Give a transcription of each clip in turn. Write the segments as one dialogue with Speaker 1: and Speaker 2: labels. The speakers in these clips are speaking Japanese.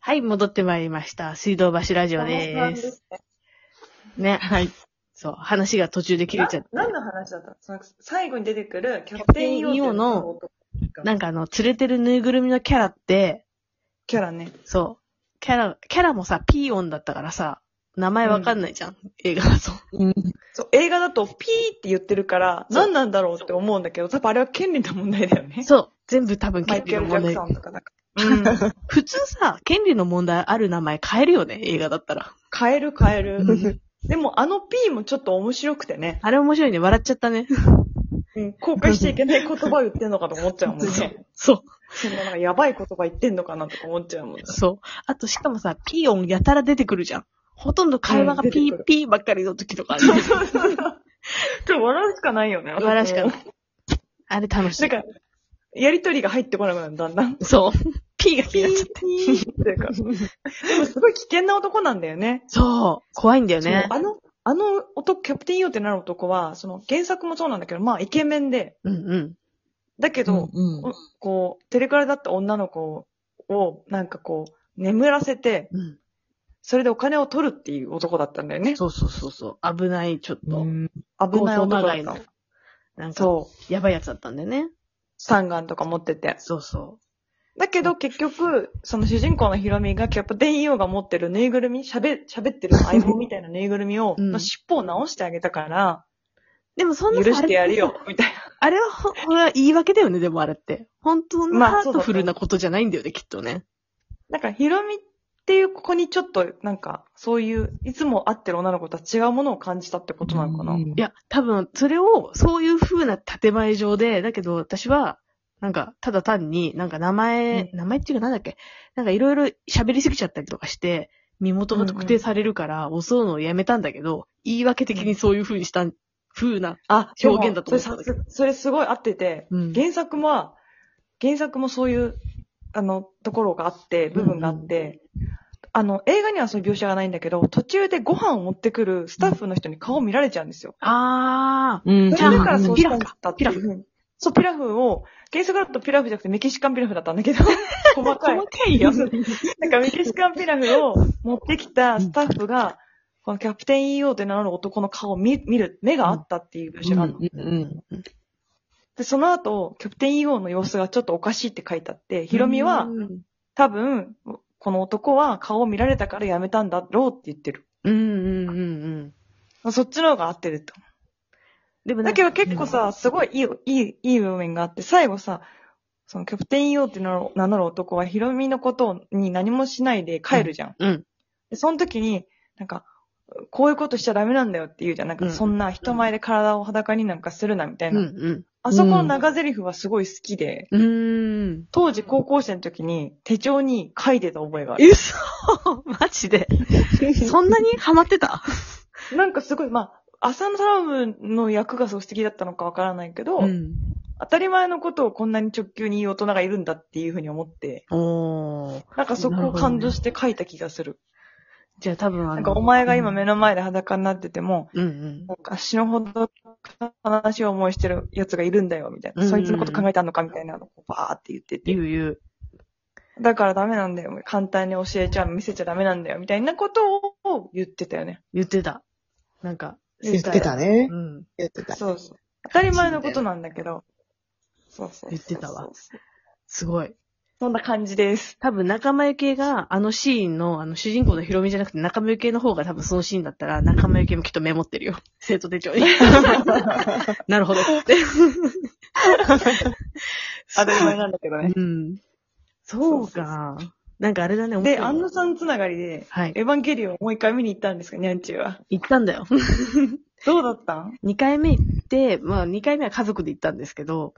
Speaker 1: はい、戻ってまいりました。水道橋ラジオで
Speaker 2: そうなん
Speaker 1: す。ね。
Speaker 3: はい。
Speaker 1: そう、話が途中で切れちゃっ
Speaker 2: な何の話だったのその最後に出てくるキャプテンイオーの
Speaker 1: た。なんかあの、連れてるぬいぐるみのキャラって、
Speaker 2: キャラね。
Speaker 1: そう、キャラ、キャラもさ、ピー音だったからさ、名前わかんないじゃん。映画だと。
Speaker 3: うん。
Speaker 2: そう、映画だとピーって言ってるから、
Speaker 1: そう
Speaker 2: 何なんだろうって思うんだけど、多分あれは権利の問題だよね。
Speaker 1: そう、全部多分
Speaker 2: マ
Speaker 1: 権
Speaker 2: イケ
Speaker 1: 利の
Speaker 2: ル・ジャ
Speaker 1: 問題
Speaker 2: クソ。ンとかなんか。
Speaker 1: うん普通さ、権利の問題ある名前変えるよね、映画だったら。
Speaker 2: 変える変える。
Speaker 3: うん
Speaker 2: でもあのピーもちょっと面白くてね、
Speaker 1: あれ面白いね、笑っちゃったね。
Speaker 2: うん、公開しちゃいけない言葉言ってんのかと思っちゃう もんね。
Speaker 1: そう、
Speaker 2: そんななんかやばい言葉言ってんのかなとか思っちゃう もんね。
Speaker 1: そう。あとしかもさ、ピー音やたら出てくるじゃん。ほとんど会話が
Speaker 2: うん出て
Speaker 1: ピ
Speaker 2: く
Speaker 1: ー
Speaker 2: る
Speaker 1: ピーばっかりの時とかある。
Speaker 2: ちょっと笑うしかないよね。。
Speaker 1: 笑うしかないあれ楽し
Speaker 2: ないん。か、やりとりが入ってこなくなる、だんだん。
Speaker 1: そう。ピーが気になっちゃった。
Speaker 2: ピーっていうか。でもすごい危険な男なんだよね。
Speaker 1: そう。怖いんだよね
Speaker 2: そう。あの、あの男、キャプテンイオってなる男は、その原作もそうなんだけど、まあイケメンで、
Speaker 1: うんうん。
Speaker 2: だけど、
Speaker 3: うん。
Speaker 2: こう、テレクラだった女の子を、なんかこう、眠らせて、
Speaker 1: うん。
Speaker 2: それでお金を取るっていう男だったんだよね。
Speaker 1: そうそうそうそう。危ない、ちょっと。
Speaker 2: 危ない
Speaker 1: 強盗
Speaker 2: 男だ
Speaker 1: ま
Speaker 2: っ
Speaker 1: がいの
Speaker 2: た。
Speaker 1: なんか、
Speaker 2: そう。
Speaker 1: やばいやつだったんだよね。
Speaker 2: サンガンとか持ってて。
Speaker 1: そうそ
Speaker 2: だけど結局、その主人公のヒロミがキャプテンイオが持ってるぬいぐるみ、喋、喋ってる相棒みたいなぬいぐるみを、
Speaker 1: うん
Speaker 2: の尻尾を直してあげたから、
Speaker 1: う。でもそん
Speaker 2: 許
Speaker 1: な
Speaker 2: してやるよ、みたい
Speaker 1: あれは、ほこれは言い訳だよね、でもあれって。本当の
Speaker 2: ま
Speaker 1: ハ
Speaker 2: あ
Speaker 1: ー
Speaker 2: そ
Speaker 1: ト
Speaker 2: うだね
Speaker 1: フルなことじゃないんだよね、きっとね。
Speaker 2: な。だからヒロミっていうここにちょっと、なんか、そういう、いつも会ってる女の子とは違うものを感じたってことなのかな。
Speaker 3: うん
Speaker 1: いや、多分、それを、そういう風な建前上で、だけど私は、なんか、ただ単に、なんか名前、名前っていうかなんだっけ、なんかいろいろ喋りすぎちゃったりとかして、身元が特定されるから、襲うのをやめたんだけど、言い訳的にそういう風にしたん、風な、
Speaker 2: あ
Speaker 1: 表現だと思った
Speaker 2: そ
Speaker 1: んだ
Speaker 2: れ
Speaker 1: けど
Speaker 2: さそれすごい合ってて、
Speaker 1: うん
Speaker 2: 原作もは、原作もそういう、あの、ところがあって、部分があって、あの、映画にはそういう描写がないんだけど、途中でご飯を持ってくるスタッフの人に顔を見られちゃうんですよ。
Speaker 1: あー、
Speaker 3: うん。
Speaker 2: そ
Speaker 1: じゃあ
Speaker 2: れだからそう
Speaker 3: し
Speaker 2: したんだっていうふうに。そう、ピラフを、原作だとピラフじゃなくてメキシカンピラフだったんだ けど、細かい。
Speaker 1: 細かいよ。
Speaker 2: なんかメキシカンピラフを持ってきたスタッフが、このキャプテン EO で名乗る男の顔を見見る、目があったっていう描写があるの。
Speaker 3: うんうん。
Speaker 2: で、その後、キャプテン EO の様子がちょっとおかしいって書いてあって、ヒロミは
Speaker 1: うん、
Speaker 2: 多分、この男は顔を見られたからやめたんだろうって言ってる。
Speaker 1: うんうんうん。
Speaker 2: そっちの方が合ってると。
Speaker 1: でも
Speaker 2: だけ
Speaker 1: ど、
Speaker 2: ど結構さ、すごいいい、いい、いい部面があって、最後さ、そのキャプテン EO って名乗る名乗る男はヒロミのことに何もしないで帰るじゃん。
Speaker 1: うん。
Speaker 2: で、その時に、なんか、こういうことしちゃダメなんだよって言うじゃん。なん
Speaker 1: う
Speaker 2: か、
Speaker 1: ん
Speaker 2: そんな人前で体を裸になんかするなみたい
Speaker 1: うん
Speaker 2: な。
Speaker 1: うん。
Speaker 2: あそこの長台詞はすごい好きで、
Speaker 1: うーん。
Speaker 2: 当時高校生の時に手帳に書いてた覚えがある。
Speaker 1: え、そう マジで。そんなにハマってた
Speaker 2: なんかすごい、まあ、浅野サムの役がそう素敵だったのかわからないけど、
Speaker 1: ん。
Speaker 2: 当たり前のことをこんなに直球に言う大人がいるんだっていうふうに思って、
Speaker 1: おー。
Speaker 2: なんかそこを感動して書いた気がする。
Speaker 1: じゃあ多分あの
Speaker 2: なんかお前が今目の前で裸になってても、
Speaker 1: うんうん。
Speaker 2: なんか死ぬほど悲しい思いしてる奴がいるんだよ、みたいな。
Speaker 1: うん
Speaker 2: そいつのこと考えたのか、みたいなのをバーって言ってて。
Speaker 1: 言う言う。
Speaker 2: だからダメなんだよ。簡単に教えちゃ、見せちゃダメなんだよ、みたいなことを言ってたよね。
Speaker 1: 言ってた。なんか。
Speaker 3: 言ってたね
Speaker 1: う。ん。
Speaker 3: 言ってた。
Speaker 2: そうそう。当たり前のことなんだけど。そうそうそう
Speaker 1: 言ってたわ。すごい。
Speaker 2: そんな感じ です。
Speaker 1: 多分仲間由紀恵があのシーンの、あの主人公のヒロミじゃなくて仲間由紀恵の方が多分そのシーンだったら仲間由紀恵もきっとメモってるよ。 生徒手帳に。な るほどって。
Speaker 2: 当た り前なんだけどね。
Speaker 1: うん。そうか。なんかあれだね、面白い
Speaker 2: で、安野さんつながりで、
Speaker 1: はい。
Speaker 2: エヴァンゲリオンをもう一回見に行ったんですか、ニャンチューは。
Speaker 1: 行ったんだよ。
Speaker 2: どうだったん
Speaker 1: 2回目行って、まあ2回目は家族で行ったんですけど、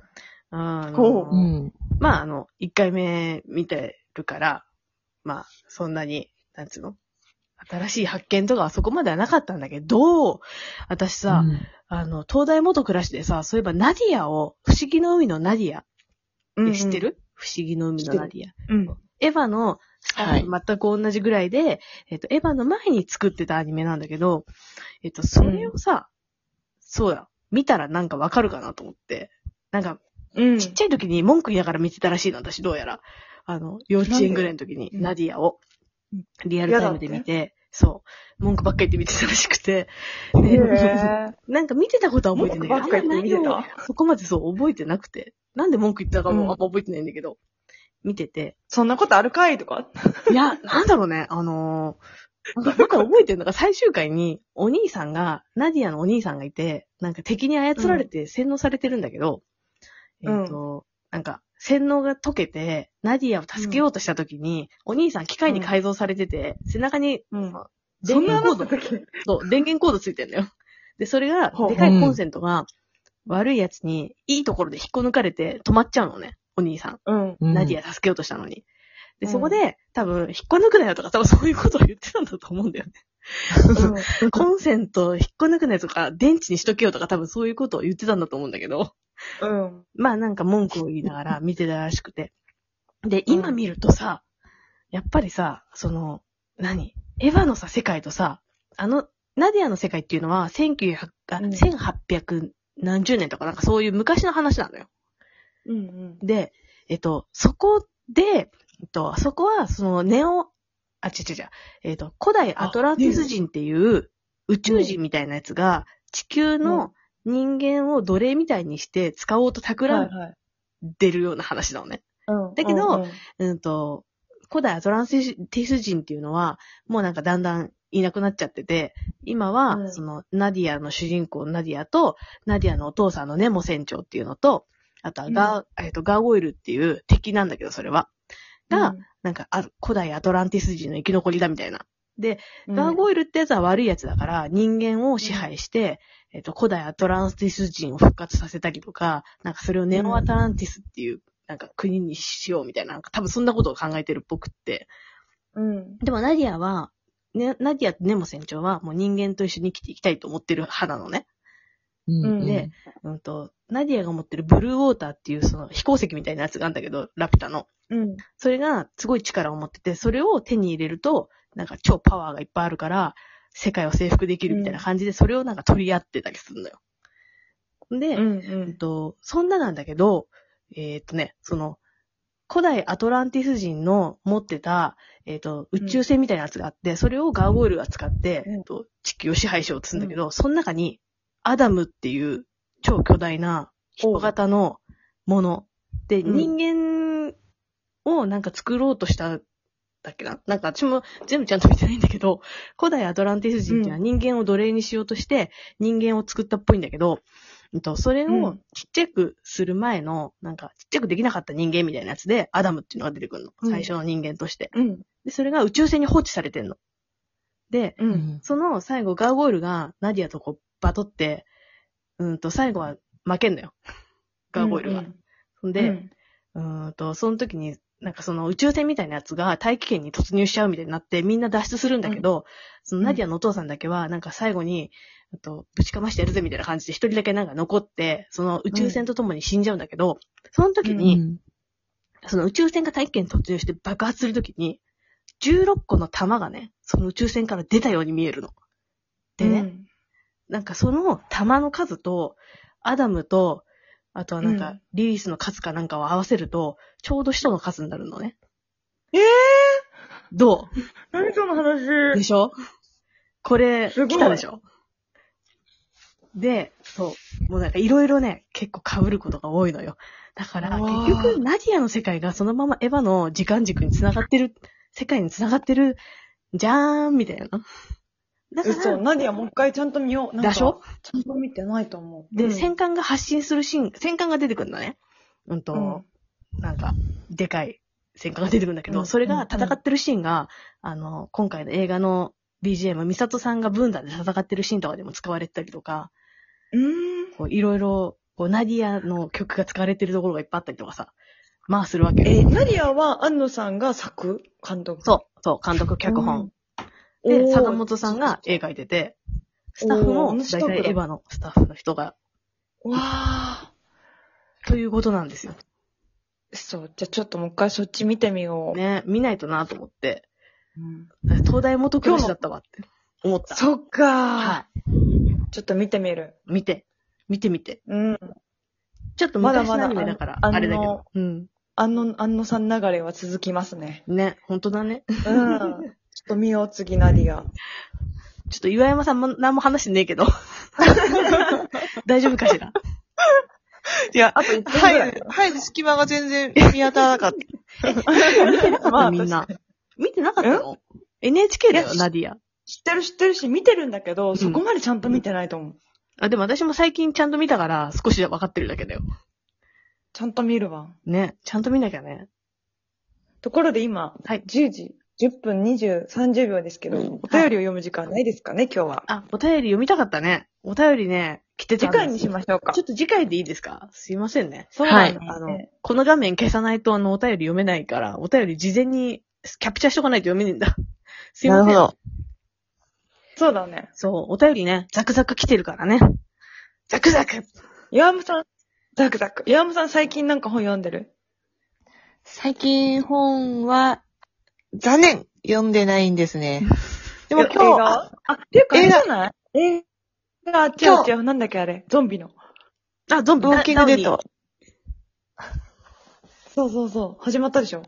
Speaker 1: あ
Speaker 2: ほ
Speaker 1: の
Speaker 2: う
Speaker 3: うん。
Speaker 1: まあ、あの、1回目見てるから、まあ、そんなに、なんつうの新しい発見とかはそこまではなかったんだけど、私さ、あの、東大元暮らしでさ、そういえばナディアを、不思議の海のナディアっ
Speaker 2: うんう
Speaker 1: て
Speaker 2: ん
Speaker 1: 知ってる、不思議の海のナディア。
Speaker 2: うん。
Speaker 1: エヴァのスタッフ
Speaker 3: は
Speaker 1: 全く同じぐらいで、えっと、エヴァの前に作ってたアニメなんだけど、えっと、それをさ、そうだ、見たらなんかわかるかなと思って、なんか、
Speaker 2: うん。
Speaker 1: ちっちゃい時に文句言いながら見てたらしいの、私、どうやら。あの、幼稚園ぐらいの時に、
Speaker 2: なんで
Speaker 1: ナディアを。リアルタイムで見て、そう、文句ばっかり言って見てたらしくて、
Speaker 2: へ
Speaker 1: で
Speaker 2: え。
Speaker 1: なんか見てたことは覚えてないけど、
Speaker 2: 文句ばっか言って見てた
Speaker 1: あんま内容そこまでそう覚えてなくて、なんで文句言ったかもあんま覚えてないんだけど、見てて、
Speaker 2: そんなことあるかいとか。
Speaker 1: いや、なんだろうね、あのーなんか僕は覚えてるのが最終回にお兄さんが、ナディアのお兄さんがいて、なんか敵に操られて洗脳されてるんだけど、
Speaker 2: うん
Speaker 1: えっ、と、なんか洗脳が解けて、ナディアを助けようとした時に、お兄さん機械に改造されてて、背中に
Speaker 2: うんそ
Speaker 1: 電
Speaker 2: んな
Speaker 1: 源コード
Speaker 2: 話だったっけ
Speaker 1: そう、電源コードついてんだよ。で、それが
Speaker 2: ほ、う
Speaker 1: でかいコンセントが、悪いやつに、いいところで引っこ抜かれて止まっちゃうのね、お兄さん。
Speaker 2: うん。
Speaker 3: うん
Speaker 1: ナディア助けようとしたのに。で、
Speaker 2: うん
Speaker 1: そこで、多分、引っこ抜くなよとか、多分そういうことを言ってたんだと思うんだよね。コンセント引っこ抜くなよとか、電池にしとけよとか、多分そういうことを言ってたんだと思うんだけど。
Speaker 2: うん。
Speaker 1: まあなんか文句を言いながら見てたらしくて。で、今見るとさ、やっぱりさ、その、何エヴァのさ、世界とさ、あの、ナディアの世界っていうのは、1900、あ、
Speaker 2: うん
Speaker 1: 1800何十年とか、なんかそういう昔の話なのよ。
Speaker 2: うん。
Speaker 1: で、えっと、そこで、えっと、そこは、その、ネオ、あ、違う違う違う、えっと、古代アトランティス人っていう宇宙人みたいなやつが、地球の人間を奴隷みたいにして使おうと
Speaker 2: はい
Speaker 1: 企
Speaker 2: はい。
Speaker 1: んでるような話なのね。
Speaker 2: うん
Speaker 1: だけど
Speaker 2: うんうん
Speaker 1: うんと、古代アトランティス人っていうのは、もうなんかだんだんいなくなっちゃってて、今は、
Speaker 2: うん
Speaker 1: その、ナディアの主人公ナディアと、ナディアのお父さんのネモ船長っていうのと、あとはガー、えっと、ガーゴイルっていう敵なんだけど、それは。が、なんか、ある、古代アトランティス人の生き残りだみたいな。
Speaker 2: うん
Speaker 1: ガーゴイルってやつは悪いやつだから、人間を支配して、えっと、古代アトランティス人を復活させたりとか、なんかそれをネオアトランティスっていう、なんか国にしようみたいな、なんか多分そんなことを考えてるっぽくって。
Speaker 2: うん。
Speaker 1: でもナディアは、ね、ナディアとネモ船長はもう人間と一緒に生きていきたいと思ってる派なのね。
Speaker 3: うん
Speaker 1: で、うんと、ナディアが持ってるブルーウォーターっていうその飛行石みたいなやつがあるんだけど、ラピュタの。
Speaker 2: うん。
Speaker 1: それがすごい力を持ってて、それを手に入れると、なんか超パワーがいっぱいあるから、世界を征服できるみたいな感じで、それをなんか取り合ってたりするのよ。で、
Speaker 2: うん。
Speaker 1: えっと、そんななんだけど、えーっとね、その、古代アトランティス人の持ってた、えーっと、宇宙船みたいなやつがあって、それをガーゴイルが使って、
Speaker 2: うん
Speaker 1: えっと、地球を支配しようとするんだけど、その中に、アダムっていう超巨大な人型のもの。で、
Speaker 2: うん
Speaker 1: 人間をなんか作ろうとした、だっけななんか私も全部ちゃんと見てないんだけど、古代アトランティス人っていうのは
Speaker 2: う
Speaker 1: 人間を奴隷にしようとして、人間を作ったっぽいんだけど、うんと、それ
Speaker 2: う
Speaker 1: を
Speaker 2: ん
Speaker 1: ちっちゃくする前の、なんか、ちっちゃくできなかった人間みたいなやつで、アダムっていうのが出てくるの。
Speaker 2: うん
Speaker 1: 最初の人間として。
Speaker 2: うん。
Speaker 1: で、それが宇宙船に放置されてんの。で、
Speaker 2: う。
Speaker 3: うんん
Speaker 1: その最後、ガーゴイルがナディアとこう、バトって、うんと、最後は負けんのよ。ガーゴイルが。ほんで、
Speaker 2: うん、
Speaker 1: うーんと、その時に、なんかその宇宙船みたいなやつが大気圏に突入しちゃうみたいになって、みんな脱出するんだけど、そのナディアのお父さんだけは、なんか最後に、あと、ぶちかましてやるぜみたいな感じで一人だけなんか残って、その宇宙船と共に死んじゃうんだけど、その時
Speaker 3: う
Speaker 1: に、
Speaker 3: ん
Speaker 1: その宇宙船が大気圏に突入して爆発する時に、16個の弾がね、その宇宙船から出たように見えるの。でね、
Speaker 2: うん
Speaker 1: なんかその玉の数と、アダムと、あとはなん
Speaker 2: う
Speaker 1: か
Speaker 2: ん、
Speaker 1: リリースの数かなんかを合わせると、ちょうど使徒の数になるのね。
Speaker 2: ええ
Speaker 1: ど
Speaker 2: 何その
Speaker 1: うで
Speaker 2: 話
Speaker 1: しょこれ、
Speaker 2: すごい
Speaker 1: 来たでしょで、そう。もうなんかいろいろね、結構被ることが多いのよ。だから、
Speaker 2: うわー
Speaker 1: 結局、ナディアの世界がそのままエヴァの時間軸に繋がってる、世界に繋がってる、じゃーんみたいな。だから、
Speaker 2: 嘘、ナディアもう一回ちゃんと見よう。なんか
Speaker 1: だしょ
Speaker 2: ちゃんと見てないと思う。
Speaker 1: で、
Speaker 2: うん
Speaker 1: 戦艦が発信するシーン、戦艦が出てくるんだね。うんと、
Speaker 2: うん
Speaker 1: なんか、でかい戦艦が出てくるんだけど、
Speaker 2: うん
Speaker 1: それが戦ってるシーンが、あの、今回の映画の BGM、ミサトさんがブンダで戦ってるシーンとかでも使われてたりとか、
Speaker 2: うーん。
Speaker 1: こういろいろ、こう、ナディアの曲が使われてるところがいっぱいあったりとかさ、まあするわけよ。
Speaker 2: えー、ナディアは安野さんが作監督。
Speaker 1: そう、そう、監督、脚本。
Speaker 2: うん。お
Speaker 1: で、
Speaker 2: ー
Speaker 1: 坂本さんが絵描いてて、スタッフも
Speaker 2: おー、
Speaker 1: だいたいエヴァのスタッフの人が、
Speaker 2: わあ。
Speaker 1: ということなんですよ。
Speaker 2: そう。じゃあちょっともう一回そっち見てみよう。
Speaker 1: ね、見ないとなと思って。
Speaker 2: うん
Speaker 1: 東大元教師だったわって思った。
Speaker 2: そっか、
Speaker 1: は
Speaker 2: ちょっと見てみる。
Speaker 1: い。見て。見てみて。
Speaker 2: うん。
Speaker 1: ちょっと
Speaker 2: まだ
Speaker 1: 昔
Speaker 2: ま
Speaker 1: の
Speaker 2: だ
Speaker 1: アニメだから、
Speaker 2: あ
Speaker 1: あ
Speaker 2: の
Speaker 1: れだけど。うん。
Speaker 2: 安野、安野さん流れは続きますね。
Speaker 1: ね、本当だね。
Speaker 2: うん。っと見よう、次何が。
Speaker 1: ちょっと岩山さんも何も話してねえけど。大丈夫かしら
Speaker 3: いや、
Speaker 2: あと1分ぐら
Speaker 3: 入
Speaker 2: い
Speaker 3: る。、入る隙間が全然見当たらなかった。
Speaker 1: 見てな かっ
Speaker 2: ま
Speaker 1: た
Speaker 2: あ
Speaker 1: みんな。見てなかったの ?NHK だ
Speaker 2: い
Speaker 1: よ、
Speaker 2: や
Speaker 1: ナディア。
Speaker 2: 知ってる知ってるし、見てるんだけど、そこまでちゃんと見てないと思う。
Speaker 1: あ、でも私も最近ちゃんと見たから少し分かってるだけだよ。
Speaker 2: ちゃんと見るわ。
Speaker 1: ね。ちゃんと見なきゃね。
Speaker 2: ところで今、
Speaker 1: はい
Speaker 2: 10時10分20、30秒ですけど、お便りを読む時間ないですかね、今日は。
Speaker 1: あ、お便り読みたかったね。お便りね、来てた
Speaker 2: 次
Speaker 1: んです
Speaker 2: 回にしましょうか
Speaker 1: ち。ょっと次回でいいですかすいませんね。
Speaker 2: そう
Speaker 3: は
Speaker 2: ないん
Speaker 1: あ
Speaker 2: だ、
Speaker 1: の
Speaker 2: ね、
Speaker 1: この画面消さないとあのお便り読めないから、お便り事前にキャプチャーしとかないと読めねえんだ。 すいま
Speaker 3: な
Speaker 1: せ
Speaker 3: る
Speaker 1: ん。
Speaker 3: ほど。
Speaker 2: そうだね。
Speaker 1: そう、お便りね、ザクザク来てるからね。ザクザク
Speaker 2: 岩山さん、ザクザク。岩山さん最近なんか本読んでる
Speaker 3: 最近本は、残念読んでないんで すね。でも
Speaker 2: え映
Speaker 3: 今日、
Speaker 2: 画
Speaker 3: あ
Speaker 2: あ、っていうか、あれ
Speaker 3: 映
Speaker 2: じ
Speaker 3: 画
Speaker 2: ゃない映画、違う違う、なんだっけあれ、ゾンビの。
Speaker 1: あ、ゾンビ
Speaker 3: ウォーキングデッド。
Speaker 2: そうそうそう、始まったでしょ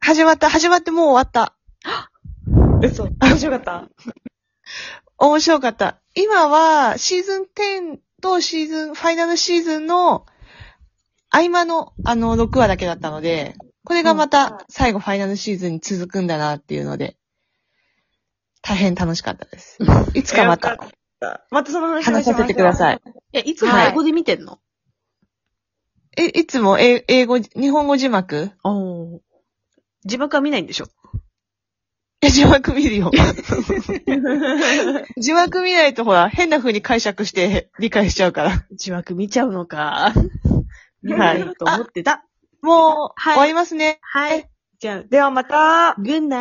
Speaker 3: 始まった、始まってもう終わった。
Speaker 2: 嘘。面白かった。
Speaker 3: 面白かった。今は、シーズン10とシーズン、ファイナルシーズンの、合間の、あの、6話だけだったので、これがまた、最後ファイナルシーズンに続くんだなっていうので、大変楽しかった です。いつかま
Speaker 2: よ
Speaker 3: た
Speaker 2: か、った。またその話をしま
Speaker 3: 話
Speaker 2: しょ
Speaker 3: さ
Speaker 2: う
Speaker 3: せてください。
Speaker 1: え、いつも英語で見てんの、
Speaker 3: え、いつも、え、英語、日本語字幕
Speaker 1: おー字幕は見ないんでしょ
Speaker 3: え、字幕見るよ。字幕見ないとほら、変な風に解釈して理解しちゃうから。
Speaker 1: 字幕見ちゃうのか。 見
Speaker 3: は
Speaker 1: ないいと思ってた。
Speaker 3: もう、
Speaker 1: はい
Speaker 3: 終わりますね。
Speaker 1: はい。じゃあ、
Speaker 2: ではまた。
Speaker 1: グンナー。